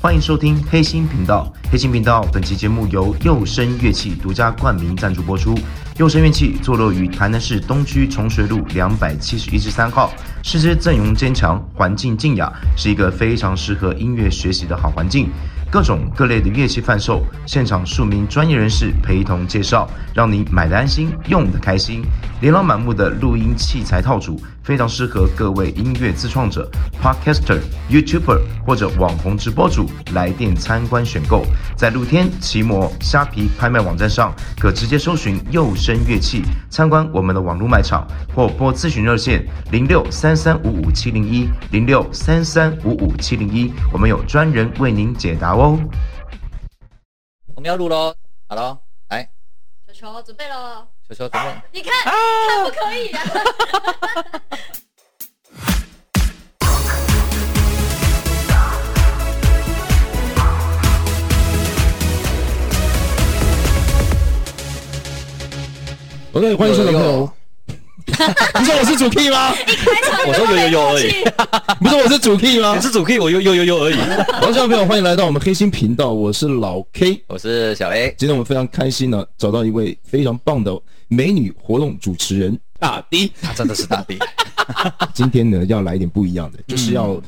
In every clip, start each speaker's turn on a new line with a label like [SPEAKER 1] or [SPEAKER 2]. [SPEAKER 1] 欢迎收听黑心频道。黑心频道本期节目由幼声乐器独家冠名赞助播出。幼声乐器坐落于台南市东区重水路两百七十一至三号，师资阵容坚强，环境静雅，是一个非常适合音乐学习的好环境。各种各类的乐器贩售，现场数名专业人士陪同介绍，让你买的安心，用的开心。琳琅满目的录音器材套组，非常适合各位音乐自创者、podcaster、YouTuber 或者网红直播主来电参观选购。在露天、奇摩、虾皮拍卖网站上，可直接搜寻幼声乐器，参观我们的网络卖场，或拨咨询热线零六三三五五七零一零六三三五五七零一，我们有专人为您解答哦。
[SPEAKER 2] 我们要录喽，好喽，来，
[SPEAKER 3] 球球准备了，
[SPEAKER 2] 球球准备，
[SPEAKER 3] 你看、看不可以啊！
[SPEAKER 4] OK，欢迎收看朋友。你说我是主 key 吗？
[SPEAKER 2] 我说有有有而已，
[SPEAKER 4] 你不是我是主 key 吗
[SPEAKER 2] 你？是主 key，我有有有有而已。
[SPEAKER 4] 好，各位朋友，欢迎来到我们黑心频道，我是老 K。
[SPEAKER 2] 我是小 A，
[SPEAKER 4] 今天我们非常开心呢，找到一位非常棒的美女活动主持人大 D。
[SPEAKER 2] 他真的是大地，
[SPEAKER 4] 今天呢，要来一点不一
[SPEAKER 2] 嗯
[SPEAKER 4] 样的，就是要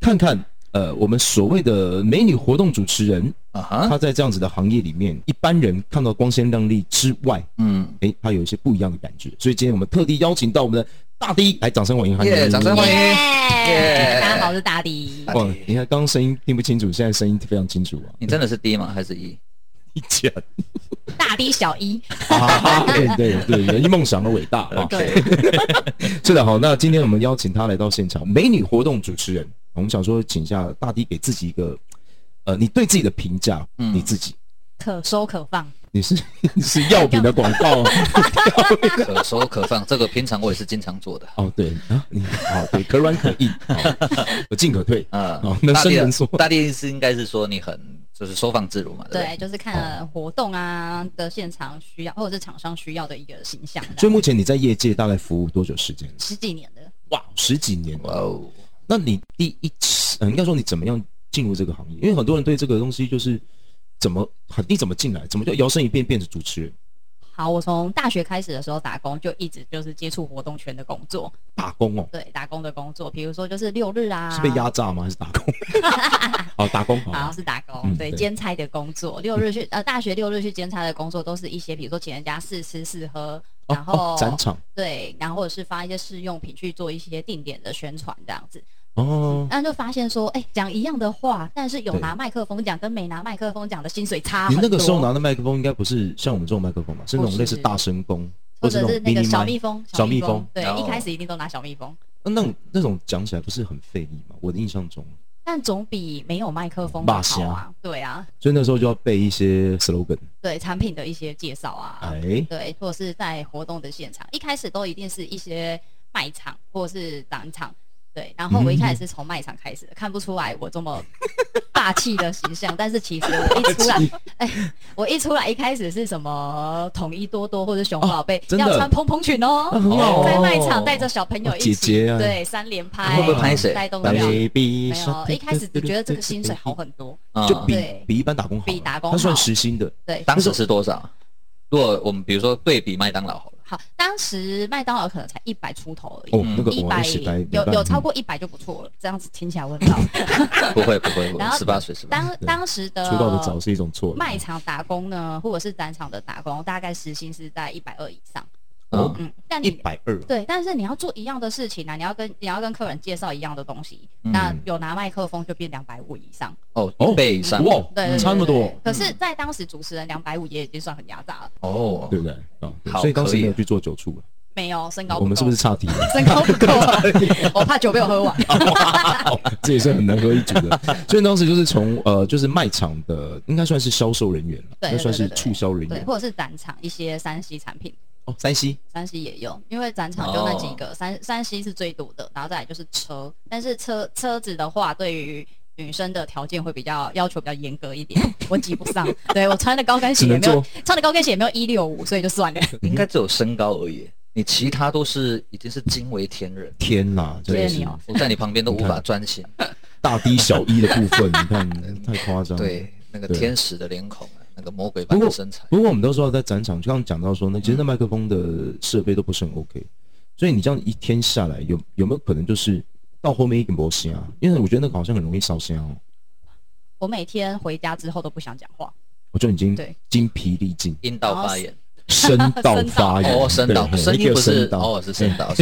[SPEAKER 4] 看看呃，我们所谓的美女活动主持人，
[SPEAKER 2] 啊哈，
[SPEAKER 4] 她在这样子的行业里面，一般人看到光鲜亮丽之外，
[SPEAKER 2] 嗯，
[SPEAKER 4] 诶，她有一些不一样的感觉。所以今天我们特地邀请到我们的大 D 来，掌声欢迎她！
[SPEAKER 2] 耶，掌声欢迎，耶
[SPEAKER 3] 耶！大家好，我是大迪。
[SPEAKER 4] 哇，你看刚刚声音听不清楚，现在声音非常清楚 啊！
[SPEAKER 2] 你真的是 D 吗？还是 E？
[SPEAKER 4] 一见
[SPEAKER 3] 大 D 小一，
[SPEAKER 4] 啊， 对对对，人一梦想的伟大啊！
[SPEAKER 3] 对，
[SPEAKER 4] 是的，好，那今天我们邀请她来到现场，美女活动主持人，我们想说，请一下大 D 给自己一个，呃，你对自己的评价，
[SPEAKER 2] 嗯
[SPEAKER 4] 你自己，
[SPEAKER 3] 可收可放，
[SPEAKER 4] 你是 你是药品的广告
[SPEAKER 2] 可收可放，这个平常我也是经常做的。
[SPEAKER 4] 哦，对啊，你好，对，可软可硬，好可进可退，
[SPEAKER 2] 嗯
[SPEAKER 4] 哦，能
[SPEAKER 2] 大
[SPEAKER 4] 伸
[SPEAKER 2] 地
[SPEAKER 4] 能缩，
[SPEAKER 2] 大地是应该是说你很就是收放自如嘛，
[SPEAKER 3] 对，
[SPEAKER 2] 对
[SPEAKER 3] 就是看活动啊的现场需要，或者是厂商需要的一个形象。
[SPEAKER 4] 所以目前你在业界大概服务多久时间？
[SPEAKER 3] 十几年的，
[SPEAKER 4] 哇，十几年
[SPEAKER 2] 不对？
[SPEAKER 4] 了
[SPEAKER 2] 哇。哦，
[SPEAKER 4] 那你第一次，嗯、应该说你怎么样进入这个行业？因为很多人对这个东西就是怎么很你怎么进来，怎么就摇身一变变成主持人？
[SPEAKER 3] 好，我从大学开始的时候打工，就一直就是接触活动圈的工作，
[SPEAKER 4] 打工哦，
[SPEAKER 3] 对，打工的工作，比如说就是六日啊，
[SPEAKER 4] 是被压榨吗？还是打 工？哦，打工好
[SPEAKER 3] 好像是打工，
[SPEAKER 4] 嗯
[SPEAKER 3] 对
[SPEAKER 4] 对
[SPEAKER 3] 兼差的工作，六日去呃大学六日去兼差的工作，都是一些比如说请人家试吃试喝，
[SPEAKER 4] 哦
[SPEAKER 3] 然后
[SPEAKER 4] 哦，展场
[SPEAKER 3] 对，然后或者是发一些试用品去做一些定点的宣传这样子，
[SPEAKER 4] 哦，
[SPEAKER 3] 那就发现说，哎，讲一样的话，但是有
[SPEAKER 4] 对
[SPEAKER 3] 拿麦克风讲跟没拿麦克风讲的薪水差
[SPEAKER 4] 你
[SPEAKER 3] 很多。
[SPEAKER 4] 那个时候拿的麦克风应该不是像我们这种麦克风吧？是那种类似大声公，
[SPEAKER 3] 或
[SPEAKER 4] 或是
[SPEAKER 3] 者
[SPEAKER 4] 那
[SPEAKER 3] 是
[SPEAKER 4] 种
[SPEAKER 3] 那个
[SPEAKER 4] mini
[SPEAKER 3] 小
[SPEAKER 4] mic
[SPEAKER 3] 蜜蜂，
[SPEAKER 4] 小蜜
[SPEAKER 3] 蜂
[SPEAKER 4] 蜂，，哦
[SPEAKER 3] 对
[SPEAKER 2] 然，
[SPEAKER 3] 一
[SPEAKER 2] 后
[SPEAKER 3] 开始一定都拿小蜜蜂，
[SPEAKER 4] 那那种那种讲起来不是很费力吗？我的印象中，
[SPEAKER 3] 但总比没有麦克风
[SPEAKER 4] 骂
[SPEAKER 3] 好啊。对啊，
[SPEAKER 4] 所以那时候就要背一些 slogan，
[SPEAKER 3] 对产品的一些介绍啊，
[SPEAKER 4] 哎，
[SPEAKER 3] 对，或者是在活动的现场，一开始都一定是一些卖场或者是展场，对。然后我一开始是从卖场开始的，看不出来我这么霸气的形象，但是其实我一出来，哎，我一出来一开始是什么统一多多或者熊宝贝、
[SPEAKER 4] 哦真的
[SPEAKER 3] 要穿蓬蓬裙哦。
[SPEAKER 4] 那很好哦
[SPEAKER 3] 在卖场带着小朋友一起，
[SPEAKER 4] 姐姐啊
[SPEAKER 3] 对三连拍，
[SPEAKER 2] 会不会拍谁
[SPEAKER 3] 带动
[SPEAKER 4] 把
[SPEAKER 3] 量？没
[SPEAKER 4] baby
[SPEAKER 3] 有，一开始只觉得这个薪水好很多，
[SPEAKER 2] 嗯
[SPEAKER 4] 就比
[SPEAKER 3] 对
[SPEAKER 4] 比一般打工好啊，
[SPEAKER 3] 比打工
[SPEAKER 4] 他算
[SPEAKER 3] 好
[SPEAKER 4] 时薪的，
[SPEAKER 3] 对。
[SPEAKER 2] 当时是多少？如果我们比如说对比麦当劳 好了，
[SPEAKER 3] 好，当时麦当劳可能才一百出头而已，
[SPEAKER 4] 哦，
[SPEAKER 2] 嗯
[SPEAKER 4] 那个
[SPEAKER 3] 一
[SPEAKER 4] 我
[SPEAKER 3] 百
[SPEAKER 4] 一起来
[SPEAKER 3] 有有超过一百就不错了，这样子听起来我很 老。
[SPEAKER 2] 不会不会，
[SPEAKER 3] 然后
[SPEAKER 2] 十八岁是吧？
[SPEAKER 3] 当
[SPEAKER 4] 对
[SPEAKER 3] 当时的
[SPEAKER 4] 出道的早是一种错，
[SPEAKER 3] 卖场打工呢，或者是展场的打工，大概时薪是在一百二以上。
[SPEAKER 2] 嗯，
[SPEAKER 3] 嗯，但
[SPEAKER 4] 啊一
[SPEAKER 3] 你
[SPEAKER 4] 百二，
[SPEAKER 3] 对，但是你要做一样的事情啊，你要跟你要跟客人介绍一样的东西，
[SPEAKER 2] 嗯
[SPEAKER 3] 那有拿麦克风就变两百五以上。
[SPEAKER 2] 哦，
[SPEAKER 4] 哦
[SPEAKER 2] 一倍以上，
[SPEAKER 4] 哇
[SPEAKER 3] 对，对
[SPEAKER 4] 差那么多。
[SPEAKER 3] 对对可是，在当时主持人两百五也已经算很压榨了，
[SPEAKER 2] 哦，
[SPEAKER 4] 对不对？啊，对
[SPEAKER 2] 好
[SPEAKER 4] 所以当时
[SPEAKER 2] 可以
[SPEAKER 4] 没有去做酒醋
[SPEAKER 3] 没有身高
[SPEAKER 4] 啊，
[SPEAKER 3] 不够，
[SPEAKER 4] 我们是不是差题？
[SPEAKER 3] 身高不够啊？我怕酒被我喝完。
[SPEAKER 4] 这也是很难喝一组 的。所以当时就是从呃，就是卖场的，应该算是销售人员了，
[SPEAKER 3] 对
[SPEAKER 4] 那算是
[SPEAKER 3] 对对对
[SPEAKER 4] 促销人
[SPEAKER 3] 对，
[SPEAKER 4] 员。
[SPEAKER 3] 或者是展场一些山西产品。
[SPEAKER 4] 哦，山西
[SPEAKER 3] 山西也有，因为展场就那几个，
[SPEAKER 4] 哦
[SPEAKER 3] 山山西是最多的，然后再来就是车，但是车车子的话，对于女生的条件会比较要求比较严格一 点，我挤不上，对我穿的高跟鞋也没有
[SPEAKER 4] 只
[SPEAKER 3] 穿的高跟鞋也没有一六五，所以就 算了。
[SPEAKER 2] 应该只有身高而已，你其他都是已经是惊为天人。
[SPEAKER 4] 天呐，真的
[SPEAKER 3] 谢谢
[SPEAKER 4] 是
[SPEAKER 3] 你哦
[SPEAKER 4] 嗯
[SPEAKER 2] 我在你旁边都无法专心，
[SPEAKER 4] 大低小一的部分，你看 太夸张。
[SPEAKER 2] 对，，那个
[SPEAKER 4] 对
[SPEAKER 2] 天使的脸孔，那个魔鬼
[SPEAKER 4] 不
[SPEAKER 2] 般
[SPEAKER 4] 过
[SPEAKER 2] 的身材，
[SPEAKER 4] 不过我们都说在展场，就刚刚讲到
[SPEAKER 3] 嗯
[SPEAKER 4] 说，那其实那麦克风的设备都不是很 OK，所以你这样一天下来，有有没有可能就是到后面一点波心啊？因为我觉得那个好像很容易烧心哦，
[SPEAKER 3] 我每天回家之后都不想讲 话，
[SPEAKER 4] 我就已经
[SPEAKER 3] 对
[SPEAKER 4] 精疲力尽，
[SPEAKER 2] 阴道发炎，
[SPEAKER 4] 声 道发炎，
[SPEAKER 2] 哦，声道，
[SPEAKER 4] 对
[SPEAKER 2] 声
[SPEAKER 4] 一
[SPEAKER 2] 音
[SPEAKER 4] 个
[SPEAKER 2] 不是
[SPEAKER 4] 声，道
[SPEAKER 2] 哦，是声道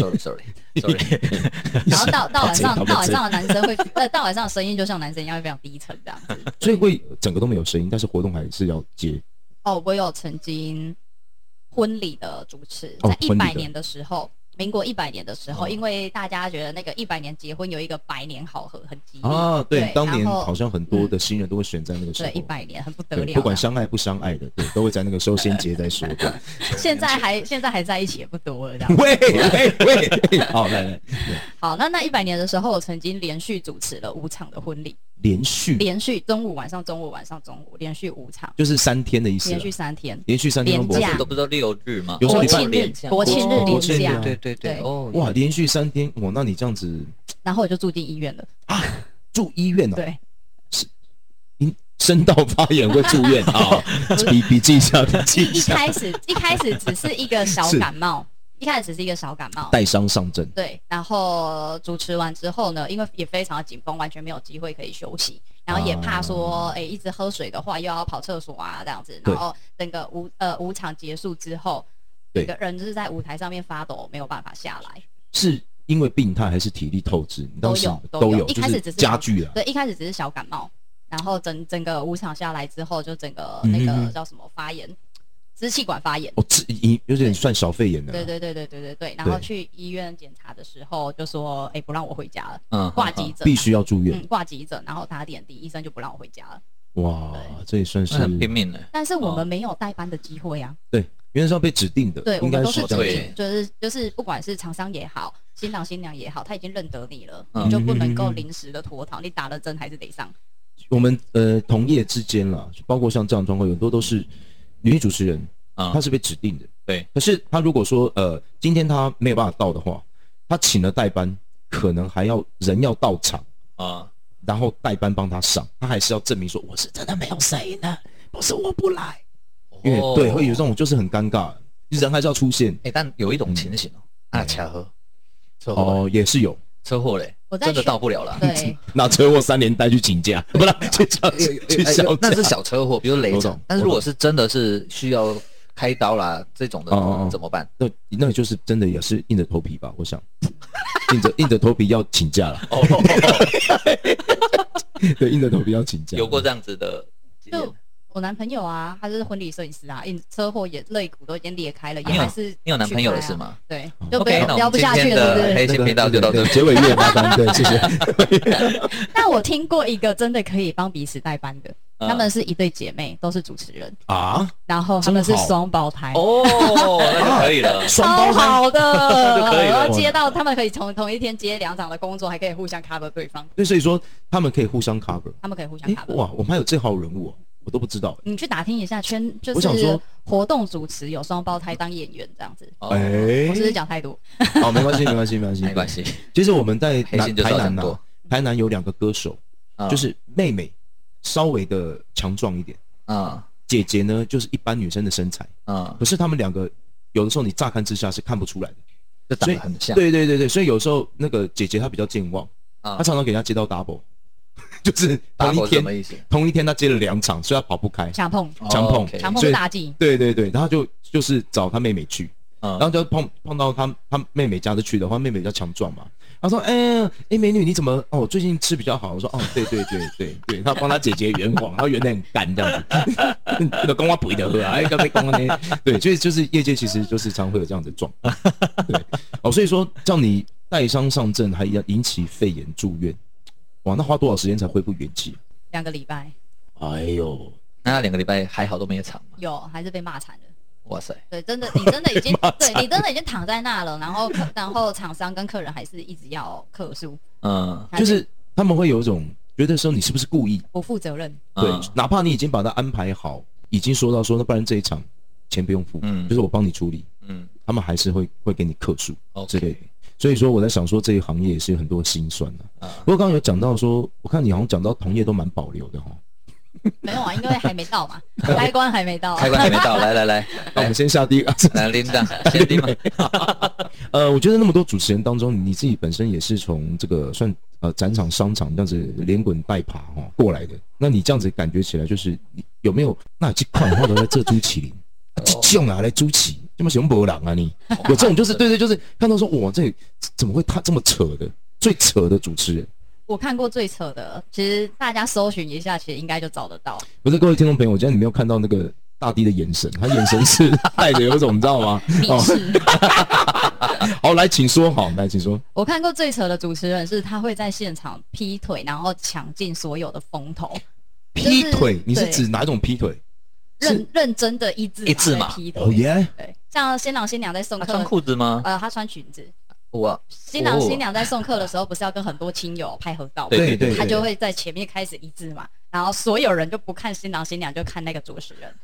[SPEAKER 2] ，sorry，sorry，sorry，
[SPEAKER 3] 然后到到晚上
[SPEAKER 4] 好这
[SPEAKER 3] 到晚上的男生会呃到晚上的声音就像男生一样会非常低沉这样子。
[SPEAKER 4] 所以会整个都没有声音，但是活动还是要接。
[SPEAKER 3] 哦，我有曾经婚礼的主持，
[SPEAKER 4] 哦
[SPEAKER 3] 在一
[SPEAKER 4] 婚礼
[SPEAKER 3] 百
[SPEAKER 4] 的
[SPEAKER 3] 年的时候，民国一百年的时候，
[SPEAKER 4] 哦
[SPEAKER 3] 因为大家觉得那个一百年结婚有一个百年好合，很吉利
[SPEAKER 4] 啊，对，当
[SPEAKER 3] 嗯
[SPEAKER 4] 年
[SPEAKER 3] 然后嗯
[SPEAKER 4] 好像很多的新人都会选在那个时候，
[SPEAKER 3] 对一百年很不得
[SPEAKER 4] 对
[SPEAKER 3] 了，
[SPEAKER 4] 不管相爱不相爱的，对，都会在那个时候先结再说。对
[SPEAKER 3] 现在 还现在还在一起也不多了这样子。
[SPEAKER 4] 喂喂喂，好，来来，
[SPEAKER 3] 好，那那一百年的时候，我曾经连续主持了五场的婚礼，
[SPEAKER 4] 连续
[SPEAKER 3] 连续中午、晚上、中午、晚上、中午，连续五场，
[SPEAKER 4] 就是三天的意思啊
[SPEAKER 3] 连，续三天。
[SPEAKER 4] 连续三天都不
[SPEAKER 3] 连假
[SPEAKER 2] 都不知道六日嘛，
[SPEAKER 4] 有时候
[SPEAKER 2] 哦
[SPEAKER 4] 礼拜
[SPEAKER 2] 国庆连假
[SPEAKER 3] 国庆日
[SPEAKER 4] 国庆
[SPEAKER 3] 连
[SPEAKER 4] 日
[SPEAKER 3] 假
[SPEAKER 4] 啊，
[SPEAKER 2] 对对对，
[SPEAKER 3] 对
[SPEAKER 2] 哦，
[SPEAKER 4] 哇，连续三天，哇，那你这样子啊
[SPEAKER 3] 然后我就住进医院了。
[SPEAKER 4] 住医院哦，
[SPEAKER 3] 对，
[SPEAKER 4] 因声道发炎会住 院啊，笔笔记一下，笔记一
[SPEAKER 3] 一
[SPEAKER 4] 下，
[SPEAKER 3] 开始一开始只是一个小感冒，一开始只是一个小感冒。
[SPEAKER 4] 带伤上阵，
[SPEAKER 3] 对，然后主持完之后呢，因为也非常的紧绷，完全没有机会可以休息，然后也怕说，哎、一直喝水的话又要跑厕所啊这样子，
[SPEAKER 4] 啊对
[SPEAKER 3] 然后整个舞呃舞场结束之后，
[SPEAKER 4] 对
[SPEAKER 3] 整个人就是在舞台上面发抖，没有办法下来。
[SPEAKER 4] 是因为病态还是体力透支？你当时
[SPEAKER 3] 都有都有一
[SPEAKER 4] 就
[SPEAKER 3] 开始
[SPEAKER 4] 是
[SPEAKER 3] 只是
[SPEAKER 4] 加剧啊，
[SPEAKER 3] 对，一开始只是小感冒，然后整整个舞场下来之后，就整个那
[SPEAKER 4] 嗯嗯
[SPEAKER 3] 个
[SPEAKER 4] 嗯
[SPEAKER 3] 叫什么发炎，支气管发炎。
[SPEAKER 4] 哦，这一有点算小肺炎的，
[SPEAKER 3] 对对对对对对对，然后
[SPEAKER 4] 对
[SPEAKER 3] 去医院检查的时候就说，哎、不让我回家了，
[SPEAKER 2] 嗯，
[SPEAKER 3] 挂急诊，
[SPEAKER 4] 啊必须要住院。
[SPEAKER 3] 嗯，挂急诊，然后打点滴，医生就不让我回家了。
[SPEAKER 4] 哇，这也算是
[SPEAKER 2] 那嗯很拼命呢，
[SPEAKER 3] 但是我
[SPEAKER 2] 哦
[SPEAKER 3] 们没有代班的机会啊，
[SPEAKER 4] 对，原来是要被指定的，
[SPEAKER 3] 对，我
[SPEAKER 4] 应
[SPEAKER 3] 们
[SPEAKER 4] 该
[SPEAKER 3] 都是
[SPEAKER 4] 这
[SPEAKER 3] 指
[SPEAKER 4] 样
[SPEAKER 2] 对
[SPEAKER 4] 子。
[SPEAKER 3] 定，就是就是不管是厂商也好，新郎新娘也好，他已经认得你了，
[SPEAKER 2] 嗯
[SPEAKER 3] 你就不能够
[SPEAKER 4] 嗯嗯嗯
[SPEAKER 3] 临时的脱逃，你打了针还是得上。
[SPEAKER 4] 我们呃同业之间啦，包括像这样的状况，有很多都是女主持人，
[SPEAKER 2] 啊
[SPEAKER 4] 她，是被指定的。
[SPEAKER 2] 对，
[SPEAKER 4] 可是她如果说呃今天她没有办法到的话，她请了代班，可能还要人要到场，
[SPEAKER 2] 啊，
[SPEAKER 4] 然后代班帮她上，她还是要证明说我是真的没有谁呢，不是我不来。因为
[SPEAKER 2] 哦
[SPEAKER 4] 对，会有这种就是很尴尬，人还是要出现。
[SPEAKER 2] 哎，但有一种情形哦，
[SPEAKER 4] 嗯
[SPEAKER 2] 啊，巧合，车祸嘞，
[SPEAKER 4] 哦，也是有，
[SPEAKER 2] 车祸嘞，
[SPEAKER 3] 我在
[SPEAKER 2] 真的
[SPEAKER 3] 学
[SPEAKER 2] 到不了了。
[SPEAKER 3] 对，
[SPEAKER 4] 拿车祸三连带去请假， 不啦， 去小去
[SPEAKER 2] 哎
[SPEAKER 4] 小
[SPEAKER 2] 有那是小车祸，比如雷
[SPEAKER 4] 我
[SPEAKER 2] 撞
[SPEAKER 4] 懂。
[SPEAKER 2] 但是如
[SPEAKER 4] 我
[SPEAKER 2] 果是真的是需要开刀啦这种的
[SPEAKER 4] 哦哦哦，
[SPEAKER 2] 怎么办？
[SPEAKER 4] 那那就是真的也是硬着头皮吧，我想，硬着硬着头皮要请假了，
[SPEAKER 2] 哦，
[SPEAKER 4] 对，硬着头皮要请假。
[SPEAKER 2] 有过这样子的经验
[SPEAKER 4] 啊
[SPEAKER 3] 就。我男朋友啊，他是婚礼摄影师啊，因车祸也肋骨都已经裂开了，也
[SPEAKER 2] 你有
[SPEAKER 3] 还是
[SPEAKER 2] 你有男朋友
[SPEAKER 3] 去
[SPEAKER 2] 了
[SPEAKER 3] 拍啊
[SPEAKER 2] 是？吗哦
[SPEAKER 3] 对，就被
[SPEAKER 2] ？OK，那我
[SPEAKER 3] 聊
[SPEAKER 2] 们
[SPEAKER 3] 不
[SPEAKER 2] 今
[SPEAKER 3] 下去
[SPEAKER 2] 天
[SPEAKER 3] 了，是不
[SPEAKER 2] 的
[SPEAKER 3] 是？
[SPEAKER 2] 黑
[SPEAKER 4] 那
[SPEAKER 2] 心
[SPEAKER 4] 个
[SPEAKER 2] 频道就到这
[SPEAKER 4] 对
[SPEAKER 2] 里
[SPEAKER 4] 对。结尾乐麻烦，对，谢谢。
[SPEAKER 3] 但我听过一个真的可以帮彼此代班的，
[SPEAKER 2] 嗯
[SPEAKER 3] 他们是一对姐妹，都是主持人，
[SPEAKER 4] 啊，
[SPEAKER 3] 然后他们是
[SPEAKER 4] 真好
[SPEAKER 3] 双胞胎。
[SPEAKER 2] 哦，那就可以了。
[SPEAKER 4] 双
[SPEAKER 3] 超
[SPEAKER 4] 胞胎，
[SPEAKER 3] 好的，
[SPEAKER 2] 就可以了
[SPEAKER 3] 然后接到他们可以从同一天接两场的工作，还可以互相 cover 对方，
[SPEAKER 4] 对，所以说他们可以互相 cover。
[SPEAKER 3] 他们可以互相
[SPEAKER 4] 哎，
[SPEAKER 3] cover。
[SPEAKER 4] 哇，我们还有这号人物哦，我都不知道。
[SPEAKER 3] 你去打听一下圈，就
[SPEAKER 4] 我想
[SPEAKER 3] 是
[SPEAKER 4] 说
[SPEAKER 3] 活动主持有双胞胎当演员这样子。
[SPEAKER 2] 哦，
[SPEAKER 4] 哎
[SPEAKER 3] 我，是不是讲太多？
[SPEAKER 4] 好，没关系，没关系，没关系，
[SPEAKER 2] 没关。系，
[SPEAKER 4] 其实我们在
[SPEAKER 2] 黑
[SPEAKER 4] 南
[SPEAKER 2] 心就是
[SPEAKER 4] 台
[SPEAKER 2] 要
[SPEAKER 4] 南
[SPEAKER 2] 这样
[SPEAKER 4] 啊
[SPEAKER 2] 做，
[SPEAKER 4] 台南有两个歌手，
[SPEAKER 2] 嗯
[SPEAKER 4] 就是妹妹稍微的强壮一点，
[SPEAKER 2] 嗯
[SPEAKER 4] 姐姐呢就是一般女生的身材。
[SPEAKER 2] 嗯，
[SPEAKER 4] 可是他们两个有的时候你乍看之下是看不出来的，
[SPEAKER 2] 就长得很像。
[SPEAKER 4] 对对对对，所以有时候那个姐姐她比较健忘，
[SPEAKER 2] 啊
[SPEAKER 4] 她常常给人家接到 double，就是
[SPEAKER 2] 打
[SPEAKER 4] 同
[SPEAKER 2] 狗
[SPEAKER 4] 一
[SPEAKER 2] 是什么
[SPEAKER 4] 天
[SPEAKER 2] 意思？
[SPEAKER 4] 同一天她接了两场，所以她跑不开，
[SPEAKER 3] 强碰，
[SPEAKER 4] 强
[SPEAKER 2] 哦
[SPEAKER 4] 碰
[SPEAKER 2] ，OK
[SPEAKER 3] 强碰
[SPEAKER 4] 所
[SPEAKER 3] 是
[SPEAKER 4] 以
[SPEAKER 3] 大忌。
[SPEAKER 4] 对对对，然后就就是找她妹妹去，
[SPEAKER 2] 嗯
[SPEAKER 4] 然后就碰碰到她她妹妹家的去的话，妹妹比较强壮嘛，她说哎哎、美女你怎么哦我最近吃比较好，我说哦对对对对对，她帮她姐姐圆谎，她圆的很干这样子，那公我不得喝啊，哎刚被公呢，对，就是就是业界其实就是常会有这样子的状况。哦，所以说叫你带伤上阵，还要引起肺炎住院，哇，那花多少时间才恢复元气？
[SPEAKER 3] 两个礼拜
[SPEAKER 4] 哎呦，
[SPEAKER 2] 那两个礼拜还好都没有场嘛。
[SPEAKER 3] 有，还是被骂惨了。
[SPEAKER 2] 哇塞，
[SPEAKER 3] 对，真 的，你真的已经对你真的已经躺在那了，然后客然后厂商跟客人还是一直要客诉，
[SPEAKER 2] 嗯
[SPEAKER 3] 还
[SPEAKER 4] 就是他们会有一种觉得说你是不是故意？
[SPEAKER 3] 不负责任。
[SPEAKER 4] 对，
[SPEAKER 2] 嗯
[SPEAKER 4] 哪怕你已经把它安排好，已经说到说，那不然这一场钱不用付，
[SPEAKER 2] 嗯
[SPEAKER 4] 就是我帮你处理，
[SPEAKER 2] 嗯
[SPEAKER 4] 他们还是会会给你克数
[SPEAKER 2] ，OK，
[SPEAKER 4] 之类的。所以说我在想说这一行业也是有很多辛酸的、
[SPEAKER 2] 嗯
[SPEAKER 4] 啊。不过刚刚有讲到说，我看你好像讲到同业都蛮保留的哈、哦。
[SPEAKER 3] 没有啊，因为还没到嘛， 开关还没
[SPEAKER 4] 哦
[SPEAKER 3] 到、啊。
[SPEAKER 2] 开关还没到，来来来，
[SPEAKER 4] 那我们先下第一个。
[SPEAKER 2] 来铃 铛，先叮吧。
[SPEAKER 4] 呃，我觉得那么多主持人当中，你自己本身也是从这个算呃展场、商场这样子连滚带爬哈、哦、过来的。那你这样子感觉起来，就是你有没有那去看或者在这朱麒麟，这叫哪来朱麒？这么熊博狼啊你？有这种就是对对，就是看到说哇，这怎么会他这么扯的？最扯的主持人。
[SPEAKER 3] 我看过最扯的，其实大家搜寻一下，其实应该就找得
[SPEAKER 2] 哦
[SPEAKER 3] 到。
[SPEAKER 4] 不是各位听众朋友，我今天你没有看到那个大弟的眼神，他眼神是 带着有一种，你知道吗？哦
[SPEAKER 3] 鄙视。
[SPEAKER 4] 好，来，请说，好，来，请说。
[SPEAKER 3] 我看过最扯的主持人是，他会在现场劈腿，然后抢尽所有的风头。
[SPEAKER 4] 劈腿，
[SPEAKER 3] 就是
[SPEAKER 4] 你是
[SPEAKER 3] 对
[SPEAKER 4] 指哪种劈腿？
[SPEAKER 3] 认认真的一字
[SPEAKER 2] 一字
[SPEAKER 3] 马
[SPEAKER 2] 马
[SPEAKER 3] 在劈腿。
[SPEAKER 4] 哦耶！
[SPEAKER 3] 对，像新郎新娘在送
[SPEAKER 2] 他
[SPEAKER 3] 客，
[SPEAKER 2] 穿裤子吗？
[SPEAKER 3] 呃，他穿裙子。
[SPEAKER 2] 我
[SPEAKER 3] 新郎
[SPEAKER 2] 哦
[SPEAKER 3] 新娘在送客的时候，不是要跟很多亲友拍合照吗？
[SPEAKER 2] 对对
[SPEAKER 3] 他就会在前面开始一字马，然后所有人就不看新郎新娘，就看那个主持人。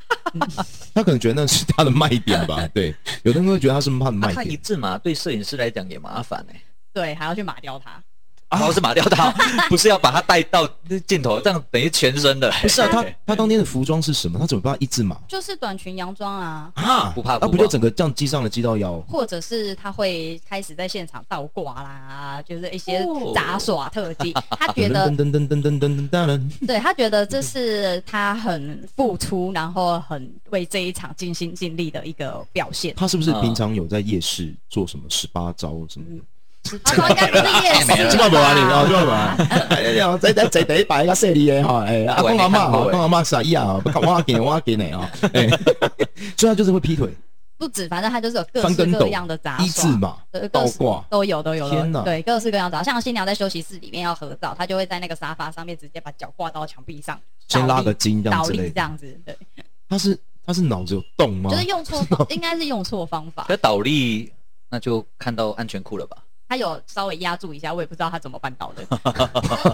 [SPEAKER 4] 他可能觉得那是他的卖点吧？对，有的人会觉得他是
[SPEAKER 2] 啊
[SPEAKER 4] 他的卖
[SPEAKER 2] 看一
[SPEAKER 4] 点。
[SPEAKER 2] 字马，对摄影师来讲也麻烦哎。
[SPEAKER 3] 对，还要去马掉他。
[SPEAKER 4] 啊
[SPEAKER 2] 然后是马吊 刀，啊不是要把它带到镜头，这样等于全身的。欸
[SPEAKER 4] 不是啊，他他当天的服装是什么？他怎么把一字马
[SPEAKER 3] 就是短裙洋装啊，
[SPEAKER 4] 啊？
[SPEAKER 2] 不怕
[SPEAKER 4] 那
[SPEAKER 2] 不
[SPEAKER 4] 不
[SPEAKER 2] 怕
[SPEAKER 4] 就整个这样系上了系到腰？
[SPEAKER 3] 或者是他会开始在现场倒挂啦，就是一些
[SPEAKER 2] 哦
[SPEAKER 3] 杂耍特技。他觉得
[SPEAKER 4] 噔噔噔噔噔噔噔噔。
[SPEAKER 3] 对他觉得这是他很付出，然后很为这一场尽心尽力的一个表 现。
[SPEAKER 4] 他是不是
[SPEAKER 2] 啊
[SPEAKER 4] 平常有在夜市做什么十八招什么的？
[SPEAKER 3] 他说应该不是夜市吧，
[SPEAKER 4] 这个无啊，你哦， 这个无啊，哎呀，这这这第一排个说你的吼，哎，阿公阿妈吼，阿公阿妈傻伊啊，不我给我给你啊，哎，所以他就是会劈腿、
[SPEAKER 3] 不止，反正他就是有各
[SPEAKER 4] 翻
[SPEAKER 3] 式
[SPEAKER 4] 跟斗
[SPEAKER 3] 各样的杂、
[SPEAKER 4] 一字
[SPEAKER 3] 耍，
[SPEAKER 4] 马
[SPEAKER 3] 对、各
[SPEAKER 4] 倒
[SPEAKER 3] 式
[SPEAKER 4] 挂，
[SPEAKER 3] 都有都有
[SPEAKER 4] 天哪
[SPEAKER 3] 的，对，各式各样的杂耍。像新娘在休息室里面要合照，她就会在那个沙发上面直接把脚挂到墙壁上，
[SPEAKER 4] 先拉个
[SPEAKER 3] 倒立
[SPEAKER 4] 筋这样
[SPEAKER 3] 倒
[SPEAKER 4] 之类
[SPEAKER 3] 立这
[SPEAKER 4] 的。
[SPEAKER 3] 样子，对，
[SPEAKER 4] 他是他是脑子有洞吗
[SPEAKER 3] 就？是用错方，应该是用错方法
[SPEAKER 2] 可。倒立，那就看到安全裤了吧？
[SPEAKER 3] 他有稍微压住一下，我也不知道他怎么办 到的。
[SPEAKER 4] 呃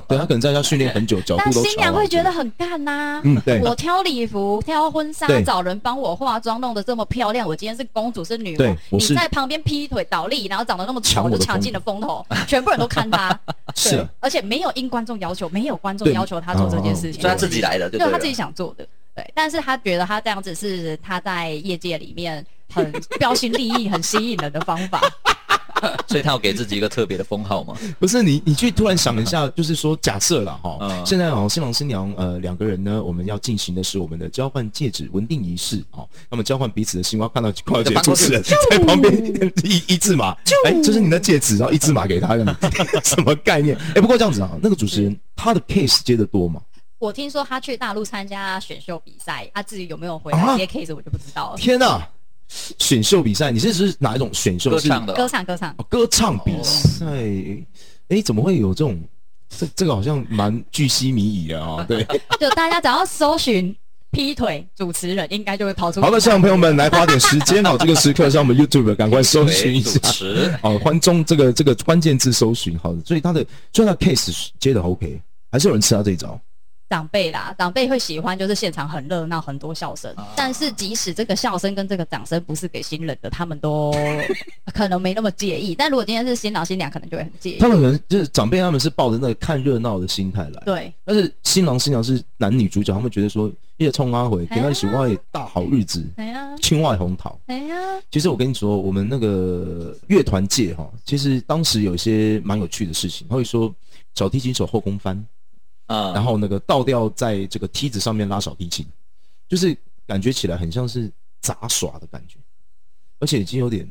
[SPEAKER 4] 对他可能在家训练很久，角
[SPEAKER 3] 但
[SPEAKER 4] 度都
[SPEAKER 3] 新娘
[SPEAKER 4] 调
[SPEAKER 3] 会觉得很干呐、
[SPEAKER 4] 嗯，对，
[SPEAKER 3] 我挑礼服、挑婚纱
[SPEAKER 4] 对，
[SPEAKER 3] 找人帮我化妆，弄得这么漂亮。我今天是公主，是女
[SPEAKER 4] 对
[SPEAKER 3] 王。
[SPEAKER 4] 我
[SPEAKER 3] 你
[SPEAKER 4] 是
[SPEAKER 3] 在旁边劈腿倒立，然后长得那么丑，
[SPEAKER 4] 抢我的
[SPEAKER 3] 就抢尽了风头，全部人都看 他。
[SPEAKER 4] 是
[SPEAKER 3] 对
[SPEAKER 4] 啊，
[SPEAKER 3] 而且没有因观众要求，没有观众
[SPEAKER 4] 对
[SPEAKER 3] 要求他做这件事情，
[SPEAKER 2] 所以他自己来的，对不
[SPEAKER 3] 对，
[SPEAKER 2] 对了？
[SPEAKER 3] 他自己想做的。对，但是他觉得他这样子是他在业界里面很标新立异、很吸引人的方法。
[SPEAKER 2] 所以他有给自己一个特别的封号 嘛？
[SPEAKER 4] 不是你，你去突然想一下，就是说假设了哈，
[SPEAKER 2] 嗯
[SPEAKER 4] 现在哦，新郎新娘呃两个人呢，我们要进行的是我们的交换戒指文定仪式哦，那么交换彼此的心包，看到看到这个主持人在旁边一一字马，哎，这是你的戒指，然后一字马给他，这样子 什么概念？哎，不过这样子啊，那个主持人他的 case 接的多嘛？
[SPEAKER 3] 我听说他去大陆参加选秀比赛，他、至于有没有回来
[SPEAKER 4] 啊
[SPEAKER 3] 接 case 我就不知道了。
[SPEAKER 4] 天哪，选秀比赛，你是指哪一种选秀？
[SPEAKER 2] 歌
[SPEAKER 4] 是
[SPEAKER 2] 唱的
[SPEAKER 3] 歌
[SPEAKER 2] 哦，
[SPEAKER 3] 唱歌唱，
[SPEAKER 4] 哦歌唱比赛，
[SPEAKER 3] 哦
[SPEAKER 4] 哎，怎么会有这种？这这个好像蛮巨细靡遗 的啊、对。
[SPEAKER 3] 就大家只要搜寻劈腿主持人，应该就会跑出。
[SPEAKER 4] 好的，现场朋友们来花点时间哦，这个时刻让我们 YouTube 赶快搜寻一
[SPEAKER 2] 主
[SPEAKER 4] 下。
[SPEAKER 2] 持，
[SPEAKER 4] 哦，关中这个这个关键字搜寻，好的，所以他的所以他的 case 接的 OK，还是有人吃他这一招。
[SPEAKER 3] 长辈啦，长辈会喜欢，就是现场很热闹，很多笑声。
[SPEAKER 4] 啊
[SPEAKER 3] 但是即使这个笑声跟这个掌声不是给新人的，他们都 可能没那么介意。但如果今天是新郎新娘，可能就会很介意
[SPEAKER 4] 他。们可能就是长辈，他们是抱着那个看热闹的心态来，
[SPEAKER 3] 对，
[SPEAKER 4] 但是新郎新娘是男女主角，他们觉得说夜冲阿回，
[SPEAKER 3] 哎呀
[SPEAKER 4] 平安喜欢也大好日子，
[SPEAKER 3] 哎呀，
[SPEAKER 4] 青外红桃。
[SPEAKER 3] 哎呀，
[SPEAKER 4] 其实我跟你说，我们那个乐团界哈，其实当时有一些蛮有趣的事情，他会说小提琴手后空翻，
[SPEAKER 2] 啊，
[SPEAKER 4] 然后那个倒吊在这个梯子上面拉小提琴，就是感觉起来很像是杂耍的感觉，而且已经有点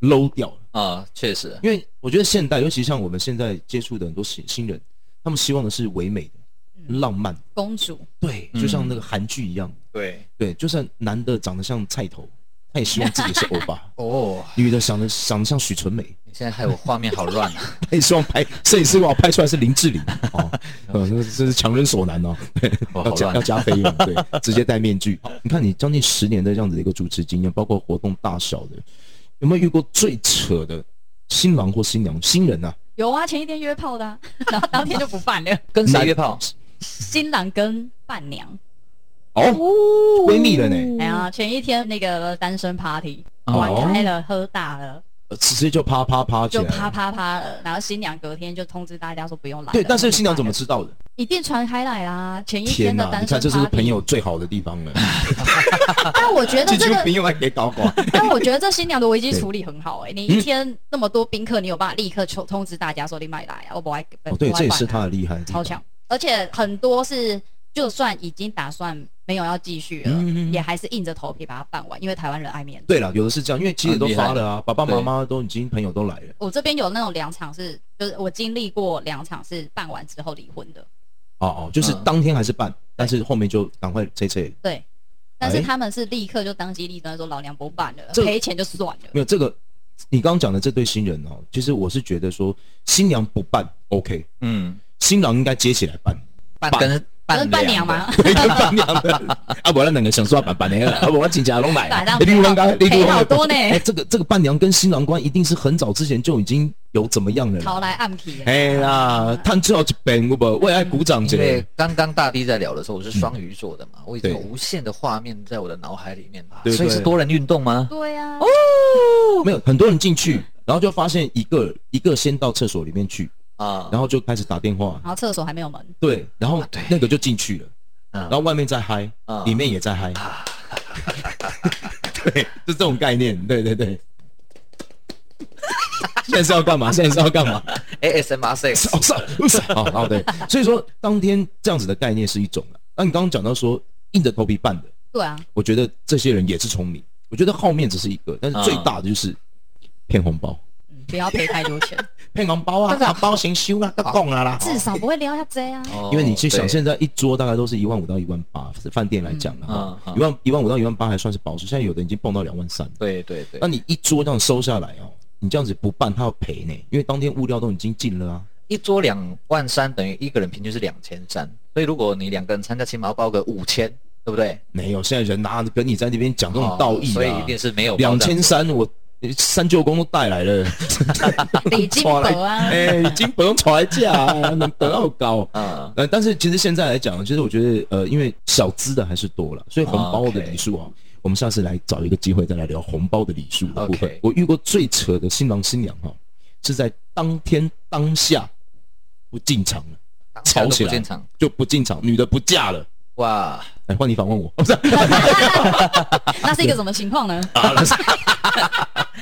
[SPEAKER 4] low 掉了。
[SPEAKER 2] 啊，确实，
[SPEAKER 4] 因为我觉得现代，尤其像我们现在接触的很多新新人，他们希望的是唯美的、浪漫，
[SPEAKER 3] 公主，
[SPEAKER 4] 对，
[SPEAKER 2] 嗯
[SPEAKER 4] 就像那个韩剧一样，
[SPEAKER 2] 对，；
[SPEAKER 4] 对，就算男的长得像菜头，他也希望自己是欧巴
[SPEAKER 2] 哦，
[SPEAKER 4] 女的想的长得像许纯美，
[SPEAKER 2] 你现在害我画面好乱 啊！
[SPEAKER 4] 他也希望拍摄影师把我拍出来是林 志玲哦，呃，这这是强人所难哦。
[SPEAKER 2] 哦
[SPEAKER 4] 要
[SPEAKER 2] 好
[SPEAKER 4] 加要
[SPEAKER 2] 乱，
[SPEAKER 4] 加费用，对，直接戴面具。你看你将近十年的这样子的一个主持经验，包括活动大小的，有没有遇过最扯的新郎或新娘新人啊？
[SPEAKER 3] 有啊，前一天约炮 的、啊，然后当天就不办了。
[SPEAKER 2] 跟谁约炮？
[SPEAKER 3] 新郎跟伴娘，
[SPEAKER 4] 哦，闺蜜了呢
[SPEAKER 3] 嗯哎呀，前一天那个单身 party
[SPEAKER 2] 哦
[SPEAKER 3] 玩开了，喝大了，
[SPEAKER 4] 呃直接就啪啪啪起
[SPEAKER 3] 就
[SPEAKER 4] 来，
[SPEAKER 3] 啪。啪啪了。然后新娘隔天就通知大家说不用来了。
[SPEAKER 4] 对，但是新娘怎么
[SPEAKER 3] 不用
[SPEAKER 4] 知道的？
[SPEAKER 3] 来了一定传开来啦？前一
[SPEAKER 4] 天
[SPEAKER 3] 天的
[SPEAKER 4] 呐，
[SPEAKER 3] 单
[SPEAKER 4] 你
[SPEAKER 3] 身
[SPEAKER 4] 看这是
[SPEAKER 3] party
[SPEAKER 4] 朋友。最好的地方了，
[SPEAKER 3] 但我觉得
[SPEAKER 4] 这
[SPEAKER 3] 这
[SPEAKER 4] 就
[SPEAKER 3] 个
[SPEAKER 4] 朋友还给搞搞。
[SPEAKER 3] 但我觉得这新娘的危机处理很好哎、
[SPEAKER 4] 嗯
[SPEAKER 3] 你一天那么多宾客，你有办法立刻通通知大家说你买来啊，我不爱。
[SPEAKER 4] 哦，对，
[SPEAKER 3] 不爱
[SPEAKER 4] 这也
[SPEAKER 3] 办
[SPEAKER 4] 是
[SPEAKER 3] 啊
[SPEAKER 4] 他的厉害的地
[SPEAKER 3] 超
[SPEAKER 4] 方。
[SPEAKER 3] 强，而且很多是就算已经打算没有要继续了，
[SPEAKER 4] 嗯
[SPEAKER 3] 也还是硬着头皮把它办完，因为台湾人爱面子。
[SPEAKER 4] 对了，有的是这样，因为其实
[SPEAKER 2] 很
[SPEAKER 4] 都
[SPEAKER 2] 厉害
[SPEAKER 4] 发了啊，爸爸妈妈都已经朋友都来了。
[SPEAKER 3] 我这边有那种两场是，就是我经历过两场是办完之后离婚的，
[SPEAKER 4] 哦哦，就是
[SPEAKER 2] 嗯
[SPEAKER 4] 当天还是办，但是后面就赶快催催。
[SPEAKER 3] 对，但是
[SPEAKER 4] 哎
[SPEAKER 3] 他们是立刻就当机立断说老娘不办了，
[SPEAKER 4] 这
[SPEAKER 3] 赔钱就算了。
[SPEAKER 4] 没有这个，你刚刚讲的这对新人哦，其实我是觉得说，新娘不办 OK，
[SPEAKER 2] 嗯，
[SPEAKER 4] 新郎应该接起来办，
[SPEAKER 2] 伴跟
[SPEAKER 3] 跟
[SPEAKER 2] 伴
[SPEAKER 3] 伴
[SPEAKER 2] 娘
[SPEAKER 3] 娘
[SPEAKER 2] 的
[SPEAKER 3] 嘛，
[SPEAKER 4] 对，跟伴娘的。 啊，我那两个想说办 办的，啊，我请假拢来
[SPEAKER 3] 来
[SPEAKER 4] 啊
[SPEAKER 3] 啦，
[SPEAKER 4] 你你刚刚你
[SPEAKER 3] 赔好多呢
[SPEAKER 4] 哎，这个这个伴娘跟新郎官一定是很早之前就已经有怎么样了啦。
[SPEAKER 3] 逃来暗皮。
[SPEAKER 4] 哎呀，探最后一遍，我不为爱鼓掌之
[SPEAKER 2] 因
[SPEAKER 4] 类
[SPEAKER 2] 为。刚刚大地在聊的时候，我是双鱼座的嘛，我已经有
[SPEAKER 4] 嗯对
[SPEAKER 2] 无限的画面在我的脑海里面嘛，
[SPEAKER 4] 对
[SPEAKER 2] 所以
[SPEAKER 4] 对
[SPEAKER 2] 是多人运动吗？
[SPEAKER 3] 对呀、
[SPEAKER 4] 哦
[SPEAKER 3] 啊，
[SPEAKER 4] 没有很多人进
[SPEAKER 2] 嗯
[SPEAKER 4] 去，然后就发现一个一个先到厕所里面去，
[SPEAKER 2] 啊，
[SPEAKER 4] 然后就开始打电话
[SPEAKER 3] 然，后厕所还没有门，
[SPEAKER 4] 对，然后
[SPEAKER 2] 对
[SPEAKER 4] 那个就进去了，
[SPEAKER 2] 嗯
[SPEAKER 4] 然后外面在嗨，
[SPEAKER 2] 嗯
[SPEAKER 4] 里面也在嗨， 对，就这种概念，对对对。现在是要干嘛？现在是要 干嘛？
[SPEAKER 2] ASMR sex，
[SPEAKER 4] 哦，上哦上
[SPEAKER 2] 啊
[SPEAKER 4] 哦哦，对，所以说当天这样子的概念是一种了。那你刚刚讲到说硬着头皮办的，
[SPEAKER 3] 对啊，
[SPEAKER 4] 我觉得这些人也是聪明。我觉得后面只是一个，但
[SPEAKER 2] 啊
[SPEAKER 4] 是最大的就是骗红包。
[SPEAKER 3] 嗯不要赔太多 钱，
[SPEAKER 4] 骗红包啊，
[SPEAKER 2] 这个
[SPEAKER 4] 红包行 修啦，个供啊啦。
[SPEAKER 3] 至少不会撩下 J 啊。
[SPEAKER 2] 哦
[SPEAKER 4] 因为你去想，
[SPEAKER 2] 对
[SPEAKER 4] 现在一桌大概都是一万五到一万八，饭店来讲的哈
[SPEAKER 2] 嗯，嗯
[SPEAKER 4] 一万一万五到一万八还算是保值，现在有的已经蹦到两万三。
[SPEAKER 2] 对对对
[SPEAKER 4] 那，你一桌这样收下来哦，你这样子不办，他要赔呢，因为当天物料都已经进了啊。
[SPEAKER 2] 一桌两万三等于一个人平均是两千三，所以如果你两个人参加，起码要报个五千，对不对？
[SPEAKER 4] 没有，现在人拿着跟你在那边讲这种
[SPEAKER 2] 哦
[SPEAKER 4] 道义
[SPEAKER 2] 所以一
[SPEAKER 4] 啊，
[SPEAKER 2] 定是没有报
[SPEAKER 4] 两
[SPEAKER 2] 这样
[SPEAKER 4] 千
[SPEAKER 2] 子
[SPEAKER 4] 三我呃三舅公都带 来了，
[SPEAKER 3] 礼金箔啊
[SPEAKER 4] 哦哎，已经不用吵架啊，能得到 高。
[SPEAKER 2] 啊，
[SPEAKER 4] 呃，但是其实现在来讲，其实我觉得，呃，因为小资的还是多了，所以红包
[SPEAKER 2] 哦
[SPEAKER 4] 的
[SPEAKER 2] OK
[SPEAKER 4] 礼数啊我们下次来找一个机会再来聊红包的礼数的部分。
[SPEAKER 2] OK
[SPEAKER 4] 我遇过最扯的新郎新娘哈、是在当天当下不进场了，
[SPEAKER 2] 当下
[SPEAKER 4] 吵
[SPEAKER 2] 都
[SPEAKER 4] 起
[SPEAKER 2] 不
[SPEAKER 4] 来
[SPEAKER 2] 进场，
[SPEAKER 4] 就不进场，女的不嫁了。
[SPEAKER 2] 哇，
[SPEAKER 4] 哎，换你访问 我，哦、不是
[SPEAKER 3] 那是一个什么情况呢？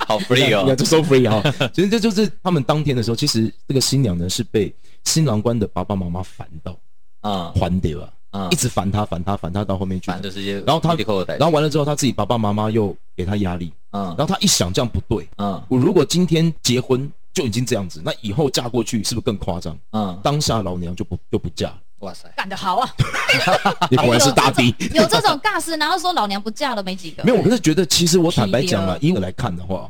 [SPEAKER 2] 好 free
[SPEAKER 4] 应该
[SPEAKER 2] 哦，
[SPEAKER 4] 就 so free 哈、其实这就是他们当天的时候，其实这个新娘呢是被新郎官的爸爸妈妈烦到，
[SPEAKER 2] 啊
[SPEAKER 4] 还得吧，
[SPEAKER 2] 啊
[SPEAKER 4] 一，直烦他烦他烦他到后面去
[SPEAKER 2] 反，正就直接，
[SPEAKER 4] 然后他
[SPEAKER 2] 立刻带，
[SPEAKER 4] 然后完了之后他自己爸爸妈妈又给他压力，
[SPEAKER 2] 嗯
[SPEAKER 4] 然后他一想这样不对，
[SPEAKER 2] 嗯
[SPEAKER 4] 我如果今天结婚就已经这样子，那以后嫁过去是不是更夸张？
[SPEAKER 2] 嗯，
[SPEAKER 4] 当下老娘就不就不 嫁了，
[SPEAKER 2] 哇塞，
[SPEAKER 3] 干得好啊！
[SPEAKER 4] 你果然是大逼。
[SPEAKER 2] 哎
[SPEAKER 3] 有这种尬事，然后说老娘不嫁了，没几个。
[SPEAKER 4] 没有，我可是觉得，其实我坦白讲啊，
[SPEAKER 3] 是
[SPEAKER 4] 以我来看的话，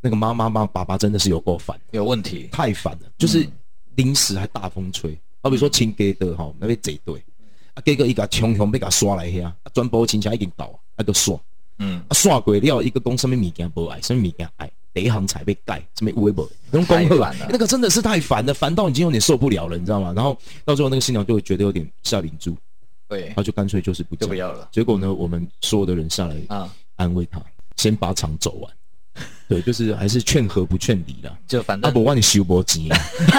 [SPEAKER 4] 那个妈妈妈爸爸真的是有够烦，
[SPEAKER 2] 有问题，
[SPEAKER 4] 太烦了，就是
[SPEAKER 2] 嗯
[SPEAKER 4] 临时还大风吹。好比说亲哥的哈，那边贼对，啊哥哥一个穷穷被他刷来遐，啊全部亲戚已经到啊，啊都刷，啊
[SPEAKER 2] 嗯，
[SPEAKER 4] 刷过了，一个讲什么物件不爱，什么物件爱，第一行才被盖，什么微博，那种功课啊
[SPEAKER 2] 太烦了，
[SPEAKER 4] 那个真的是太烦了，烦到已经有点受不了了，你知道吗？然后到最后那个新娘就会觉得有点下灵珠，
[SPEAKER 2] 对
[SPEAKER 4] 她，就干脆哎就是不
[SPEAKER 2] 就不
[SPEAKER 4] 嫁
[SPEAKER 2] 要了
[SPEAKER 4] 结果呢，我们所有的人下来
[SPEAKER 2] 啊，
[SPEAKER 4] 安慰他，先把场走 完。对，就是还是劝和不劝离啦。
[SPEAKER 2] 就反
[SPEAKER 4] 阿
[SPEAKER 2] 正
[SPEAKER 4] 伯帮你修波机，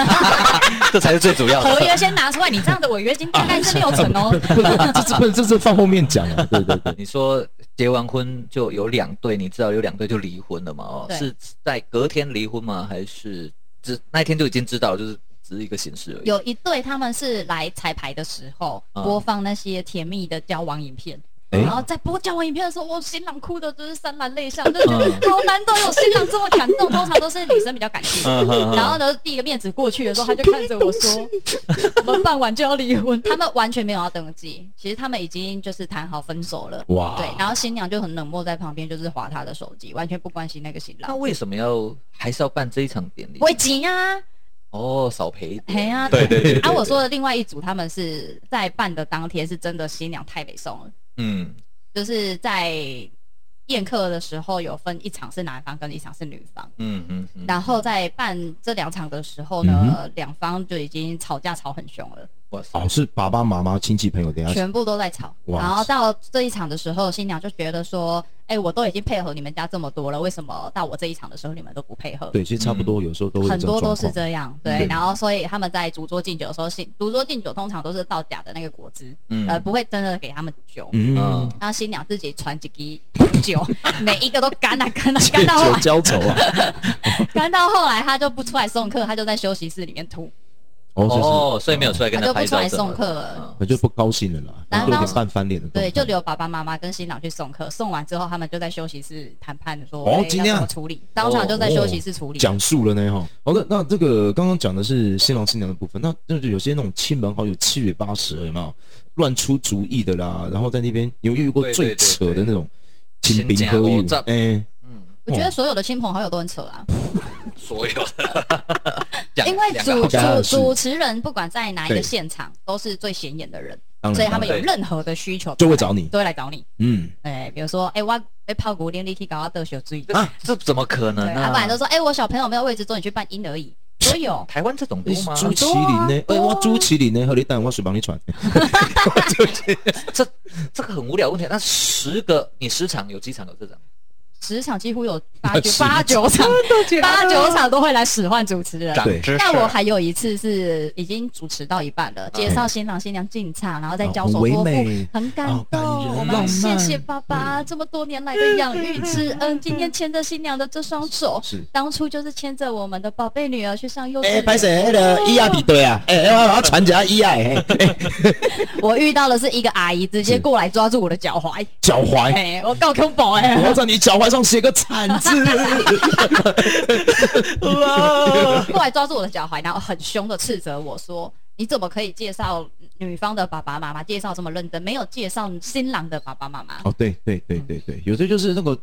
[SPEAKER 2] 这才是最主要
[SPEAKER 3] 合
[SPEAKER 2] 的。
[SPEAKER 3] 约先拿出来，你这样的违约金大概是六成 哦。
[SPEAKER 4] 不是 这是不是这是放后面讲 啊。对对对，
[SPEAKER 2] 你说结完婚就有两对，你知道有两对就离婚了嘛？哦，
[SPEAKER 3] 对
[SPEAKER 2] 是在隔天离婚吗？还是只那一天就已经知道了，就是只是一个形式而已？
[SPEAKER 3] 有一对他们是来彩排的时候
[SPEAKER 2] 嗯
[SPEAKER 3] 播放那些甜蜜的交往影片。
[SPEAKER 4] 哎
[SPEAKER 3] 然后在播交往影片的时候，我新郎哭的就是潸然 泪下，就觉
[SPEAKER 2] 嗯
[SPEAKER 3] 得好难得有新郎这么感动。通常都是女生比较感性，
[SPEAKER 2] 嗯哼哼
[SPEAKER 3] 然后呢，递个面子过去的时候，他就看着我说：“我们办完就要离婚。”他们完全没有要登记，其实他们已经就是谈好分手了。
[SPEAKER 4] 哇，
[SPEAKER 3] 对，然后新娘就很冷漠在旁边，就是划她的手机，完全不关心那个 新
[SPEAKER 2] 那
[SPEAKER 3] 郎。
[SPEAKER 2] 为什么要还是要办这一场典礼？
[SPEAKER 3] 危急啊！
[SPEAKER 2] 哦，少赔一
[SPEAKER 3] 嘿
[SPEAKER 2] 点。
[SPEAKER 3] 啊，
[SPEAKER 2] 对对对对
[SPEAKER 3] 啊，我说的另外一组，他们是在办的当天是真的新娘太北宋了，
[SPEAKER 2] 嗯，
[SPEAKER 3] 就是在宴客的时候有分一场是男方跟一场是女方，
[SPEAKER 2] 嗯嗯嗯，
[SPEAKER 4] 嗯
[SPEAKER 3] 然后在办这两场的时候呢，两方就已经吵架吵很凶了，
[SPEAKER 2] 哇塞
[SPEAKER 4] 哦，，是爸爸妈妈、亲戚朋友等一下。
[SPEAKER 3] 全部都在吵。
[SPEAKER 4] 哇
[SPEAKER 3] 然后到这一场的时候，新娘就觉得说：“哎、我都已经配合你们家这么多了，为什么到我这一场的时候你们都不配合？”
[SPEAKER 4] 对，其实差嗯不多，有时候都会有
[SPEAKER 3] 很
[SPEAKER 4] 这种
[SPEAKER 3] 多都
[SPEAKER 4] 状
[SPEAKER 3] 是
[SPEAKER 4] 况。
[SPEAKER 3] 这样，对。
[SPEAKER 4] 对
[SPEAKER 3] 然后所以他们在主桌敬酒的时候，新主桌敬酒通常都是倒假的那个果汁，
[SPEAKER 2] 嗯
[SPEAKER 3] 呃，不会真的给他们酒。
[SPEAKER 4] 嗯
[SPEAKER 2] 嗯，
[SPEAKER 3] 然后新娘自己传几滴 酒，每一个都干啊干啊干到后
[SPEAKER 4] 酒
[SPEAKER 3] 来，
[SPEAKER 4] 浇愁啊！
[SPEAKER 3] 干到后来她就不出来送客，她就在休息室里面吐，
[SPEAKER 4] 哦，就是
[SPEAKER 2] 哦，所以没有出来
[SPEAKER 3] 她
[SPEAKER 2] 跟他
[SPEAKER 3] 就不
[SPEAKER 2] 拍
[SPEAKER 3] 出
[SPEAKER 2] 照
[SPEAKER 3] 来
[SPEAKER 2] 什么
[SPEAKER 3] 送
[SPEAKER 2] 的嗯
[SPEAKER 3] 客了。
[SPEAKER 4] 我就不高兴了啦，
[SPEAKER 3] 然后
[SPEAKER 4] 就有点半翻脸的状
[SPEAKER 3] 对，
[SPEAKER 4] 态。
[SPEAKER 3] 就留爸爸妈妈跟新郎去送客，送完之后他们就在休息室谈判说，
[SPEAKER 4] 哦
[SPEAKER 3] 哎
[SPEAKER 4] 今
[SPEAKER 3] 要
[SPEAKER 4] 天啊哦
[SPEAKER 3] 怎么处理？当场就在休息室处理。
[SPEAKER 4] 讲述了呢哈。好的，那这个刚刚讲的是新郎新娘的部分，那就是有些那种亲朋好友七嘴八舌有没有乱出主意的啦？然后在那边有遇过
[SPEAKER 2] 对
[SPEAKER 4] 最
[SPEAKER 2] 对对
[SPEAKER 4] 扯的
[SPEAKER 2] 对
[SPEAKER 4] 那种亲兵合
[SPEAKER 2] 亲
[SPEAKER 4] 友
[SPEAKER 2] 家，
[SPEAKER 4] 哎，
[SPEAKER 2] 嗯，
[SPEAKER 3] 我觉得所有的亲朋好友都很扯啊，
[SPEAKER 2] 所有的，两
[SPEAKER 3] 因为
[SPEAKER 2] 两个
[SPEAKER 3] 主
[SPEAKER 2] 好像
[SPEAKER 4] 家
[SPEAKER 3] 主
[SPEAKER 4] 是
[SPEAKER 3] 主持人不管在哪一
[SPEAKER 4] 对
[SPEAKER 3] 个现场都是最显眼的人，
[SPEAKER 4] 当然
[SPEAKER 3] 所以他们
[SPEAKER 4] 当
[SPEAKER 3] 有
[SPEAKER 4] 然
[SPEAKER 2] 对
[SPEAKER 3] 任何的需求
[SPEAKER 4] 就会找你，
[SPEAKER 3] 都会来找你。
[SPEAKER 4] 嗯，
[SPEAKER 3] 哎，比如说，哎，我被泡骨连你去搞到得小醉，对，
[SPEAKER 2] 啊，这怎么可能
[SPEAKER 3] 他
[SPEAKER 2] 呢？
[SPEAKER 3] 不然都说，哎，我小朋友没有位置坐，你去办婴儿 椅，都有。
[SPEAKER 2] 台湾这种
[SPEAKER 4] 你
[SPEAKER 2] 多
[SPEAKER 4] 是
[SPEAKER 2] 吗？
[SPEAKER 4] 朱麒麟
[SPEAKER 3] 啊
[SPEAKER 4] 呢？哎，我朱麒麟呢？和你蛋，我水帮你传。
[SPEAKER 2] 这这个很无聊的问题。那十个你十场有几场有这种？
[SPEAKER 3] 十场几乎有八九
[SPEAKER 4] 十场
[SPEAKER 3] 八九场，八九场都会来使唤主持人。
[SPEAKER 4] 对
[SPEAKER 2] 知识
[SPEAKER 3] 但我还有一次是已经主持到一半了，介绍新郎新娘进场，然后再交手
[SPEAKER 4] 嗯哦很唯
[SPEAKER 3] 托付
[SPEAKER 4] 美，
[SPEAKER 3] 很感
[SPEAKER 4] 哦感人
[SPEAKER 3] 动。我
[SPEAKER 4] 浪
[SPEAKER 3] 们谢
[SPEAKER 4] 漫嗯
[SPEAKER 3] 谢爸爸这么多年来的养育之恩，今天牵着新娘的这双手
[SPEAKER 4] 是，
[SPEAKER 3] 当初就是牵着我们的宝贝女儿去上幼稚
[SPEAKER 4] 哎，
[SPEAKER 3] 园。
[SPEAKER 4] 拍谁？那个伊亚比对啊，哎，哎我把它传给他伊亚，哎，哎
[SPEAKER 3] 我遇到的是一个阿姨，直接过来抓住我的脚踝，
[SPEAKER 4] 脚踝。
[SPEAKER 3] 哎、我够 Q 宝
[SPEAKER 4] 我
[SPEAKER 3] 哎，
[SPEAKER 4] 要在你脚踝上写个惨字。
[SPEAKER 2] 哇，
[SPEAKER 3] 过来抓住我的脚踝，然后很凶的斥责我说：“你怎么可以介绍女方的爸爸妈妈介绍这么认真，没有介绍新郎的爸爸妈妈？”
[SPEAKER 4] 哦，对对对对对，有时候就是那个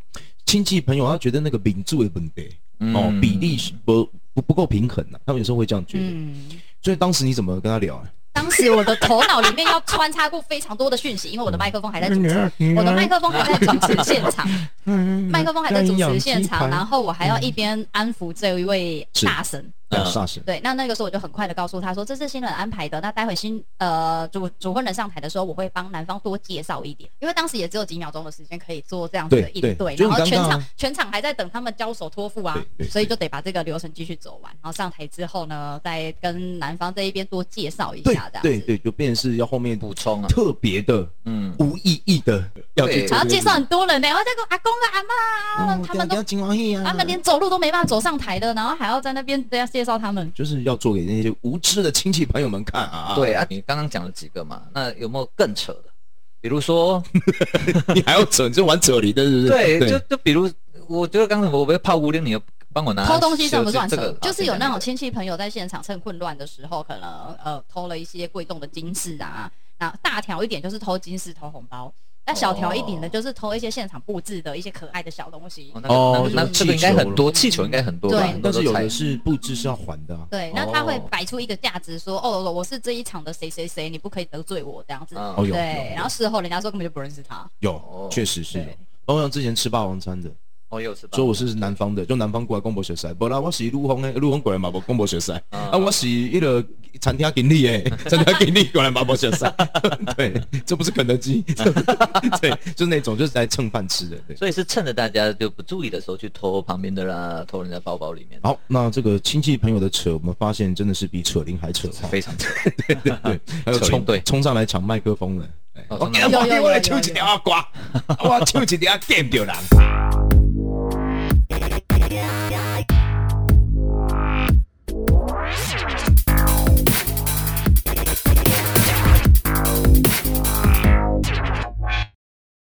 [SPEAKER 4] 亲戚朋友，他觉得那个民族的问题、哦，
[SPEAKER 2] 嗯
[SPEAKER 4] 比例是不不不够平衡呐、他们有时候会这样觉得。
[SPEAKER 3] 嗯。
[SPEAKER 4] 所以当时你怎么跟他聊
[SPEAKER 2] 嗯
[SPEAKER 4] 啊？
[SPEAKER 3] 当时我的头脑里面要穿插过非常多的讯息，因为我的麦克风还在主持，我的麦克风还在主持现场，麦克风还在主持现场，然后我还要一边安抚这一位大神。
[SPEAKER 4] 啊，煞神，
[SPEAKER 3] 对，那那个时候我就很快的告诉他说，这是新人安排的，那待会新呃主主婚人上台的时候，我会帮男方多介绍一点，因为当时也只有几秒钟的时间可以做这样子的
[SPEAKER 4] 对
[SPEAKER 3] 应
[SPEAKER 4] 对
[SPEAKER 3] 对，
[SPEAKER 4] 就
[SPEAKER 3] 然
[SPEAKER 4] 很
[SPEAKER 3] 后全
[SPEAKER 4] 尴尬
[SPEAKER 3] 场
[SPEAKER 4] 啊
[SPEAKER 3] 全场还在等他们交手托付啊
[SPEAKER 4] 对对，对
[SPEAKER 3] 所以就得把这个流程继续走完，然后上台之后呢，再跟男方这一边多介绍一
[SPEAKER 4] 对
[SPEAKER 3] 下这样子。
[SPEAKER 4] 对对，就变成是要后面
[SPEAKER 2] 补充啊，
[SPEAKER 4] 特别的、
[SPEAKER 2] 嗯，
[SPEAKER 4] 无意义的要去
[SPEAKER 3] 然
[SPEAKER 4] 做这
[SPEAKER 3] 后
[SPEAKER 4] 个
[SPEAKER 3] 介
[SPEAKER 4] 事情。
[SPEAKER 3] 绍很多人呢，然后这个阿公啊、阿妈啊，
[SPEAKER 4] 哦
[SPEAKER 3] 他们
[SPEAKER 4] 对啊
[SPEAKER 3] 都
[SPEAKER 4] 你要很欢喜啊
[SPEAKER 3] 他们连走路都没办法走上台的，然后还要在那边这样介绍他们。
[SPEAKER 4] 就是要做给那些无知的亲戚朋友们看啊！，
[SPEAKER 2] 对啊，你刚刚讲了几个嘛？那有没有更扯的？比如说，
[SPEAKER 4] 你还要扯，你就玩扯离的，是不是？
[SPEAKER 2] 对，就就比如，我觉得刚才我被泡乌溜，你有帮我拿
[SPEAKER 3] 偷东西算不
[SPEAKER 2] 这
[SPEAKER 3] 算
[SPEAKER 2] 啊这个啊
[SPEAKER 3] 扯？就是有那种
[SPEAKER 2] 好
[SPEAKER 3] 亲戚朋友在现场趁混乱的时候，可能呃偷了一些贵重的金饰啊，那大条一点就是偷金饰、偷红包，那小条一点的
[SPEAKER 2] 哦
[SPEAKER 3] 就是偷一些现场布置的一些可爱的小东西。
[SPEAKER 2] 哦，那那那
[SPEAKER 4] 哦
[SPEAKER 2] 这个应该很多，气球应该很多吧，
[SPEAKER 3] 对
[SPEAKER 2] 很多
[SPEAKER 4] 但
[SPEAKER 2] 都
[SPEAKER 4] 是有
[SPEAKER 2] 猜
[SPEAKER 4] 的是布置是要还的啊。
[SPEAKER 3] 对，那他会
[SPEAKER 2] 哦
[SPEAKER 3] 摆出一个价值说，哦，我是这一场的谁谁谁，你不可以得罪我这样子。
[SPEAKER 2] 嗯
[SPEAKER 4] 哦，有，
[SPEAKER 3] 对，
[SPEAKER 4] 有
[SPEAKER 3] 然后事后人家说根本就不认识他。
[SPEAKER 4] 有
[SPEAKER 2] 哦，
[SPEAKER 4] 确实是有
[SPEAKER 3] 对。
[SPEAKER 4] 包括之前吃霸王餐的，
[SPEAKER 2] 哦，有是吧？
[SPEAKER 4] 说我是南方的，就南方过来公博学赛，不啦，我是陆红诶，陆红过来嘛，不公博学赛，
[SPEAKER 2] 嗯
[SPEAKER 4] 啊，我是一个餐厅经理诶，餐厅经理过来嘛，博学赛，对，这不是肯德基，对，就是那种就是来蹭饭吃的，对。
[SPEAKER 2] 所以是趁着大家就不注意的时候去偷旁边的啦，偷人家包包里面，
[SPEAKER 4] 好，那这个亲戚朋友的扯，我们发现真的是比扯铃还扯
[SPEAKER 2] 是
[SPEAKER 4] 哈，
[SPEAKER 2] 非常扯。
[SPEAKER 4] 对对对，还
[SPEAKER 2] 扯
[SPEAKER 4] 有
[SPEAKER 2] 铃
[SPEAKER 4] 冲
[SPEAKER 2] 队
[SPEAKER 4] 冲上来抢麦克风的，哎
[SPEAKER 2] 哦
[SPEAKER 4] 我
[SPEAKER 2] 真的
[SPEAKER 4] 我
[SPEAKER 3] 有有有
[SPEAKER 4] 我来
[SPEAKER 3] 有
[SPEAKER 4] 唱一
[SPEAKER 3] 有
[SPEAKER 4] 条歌，我唱一条 game 掉人。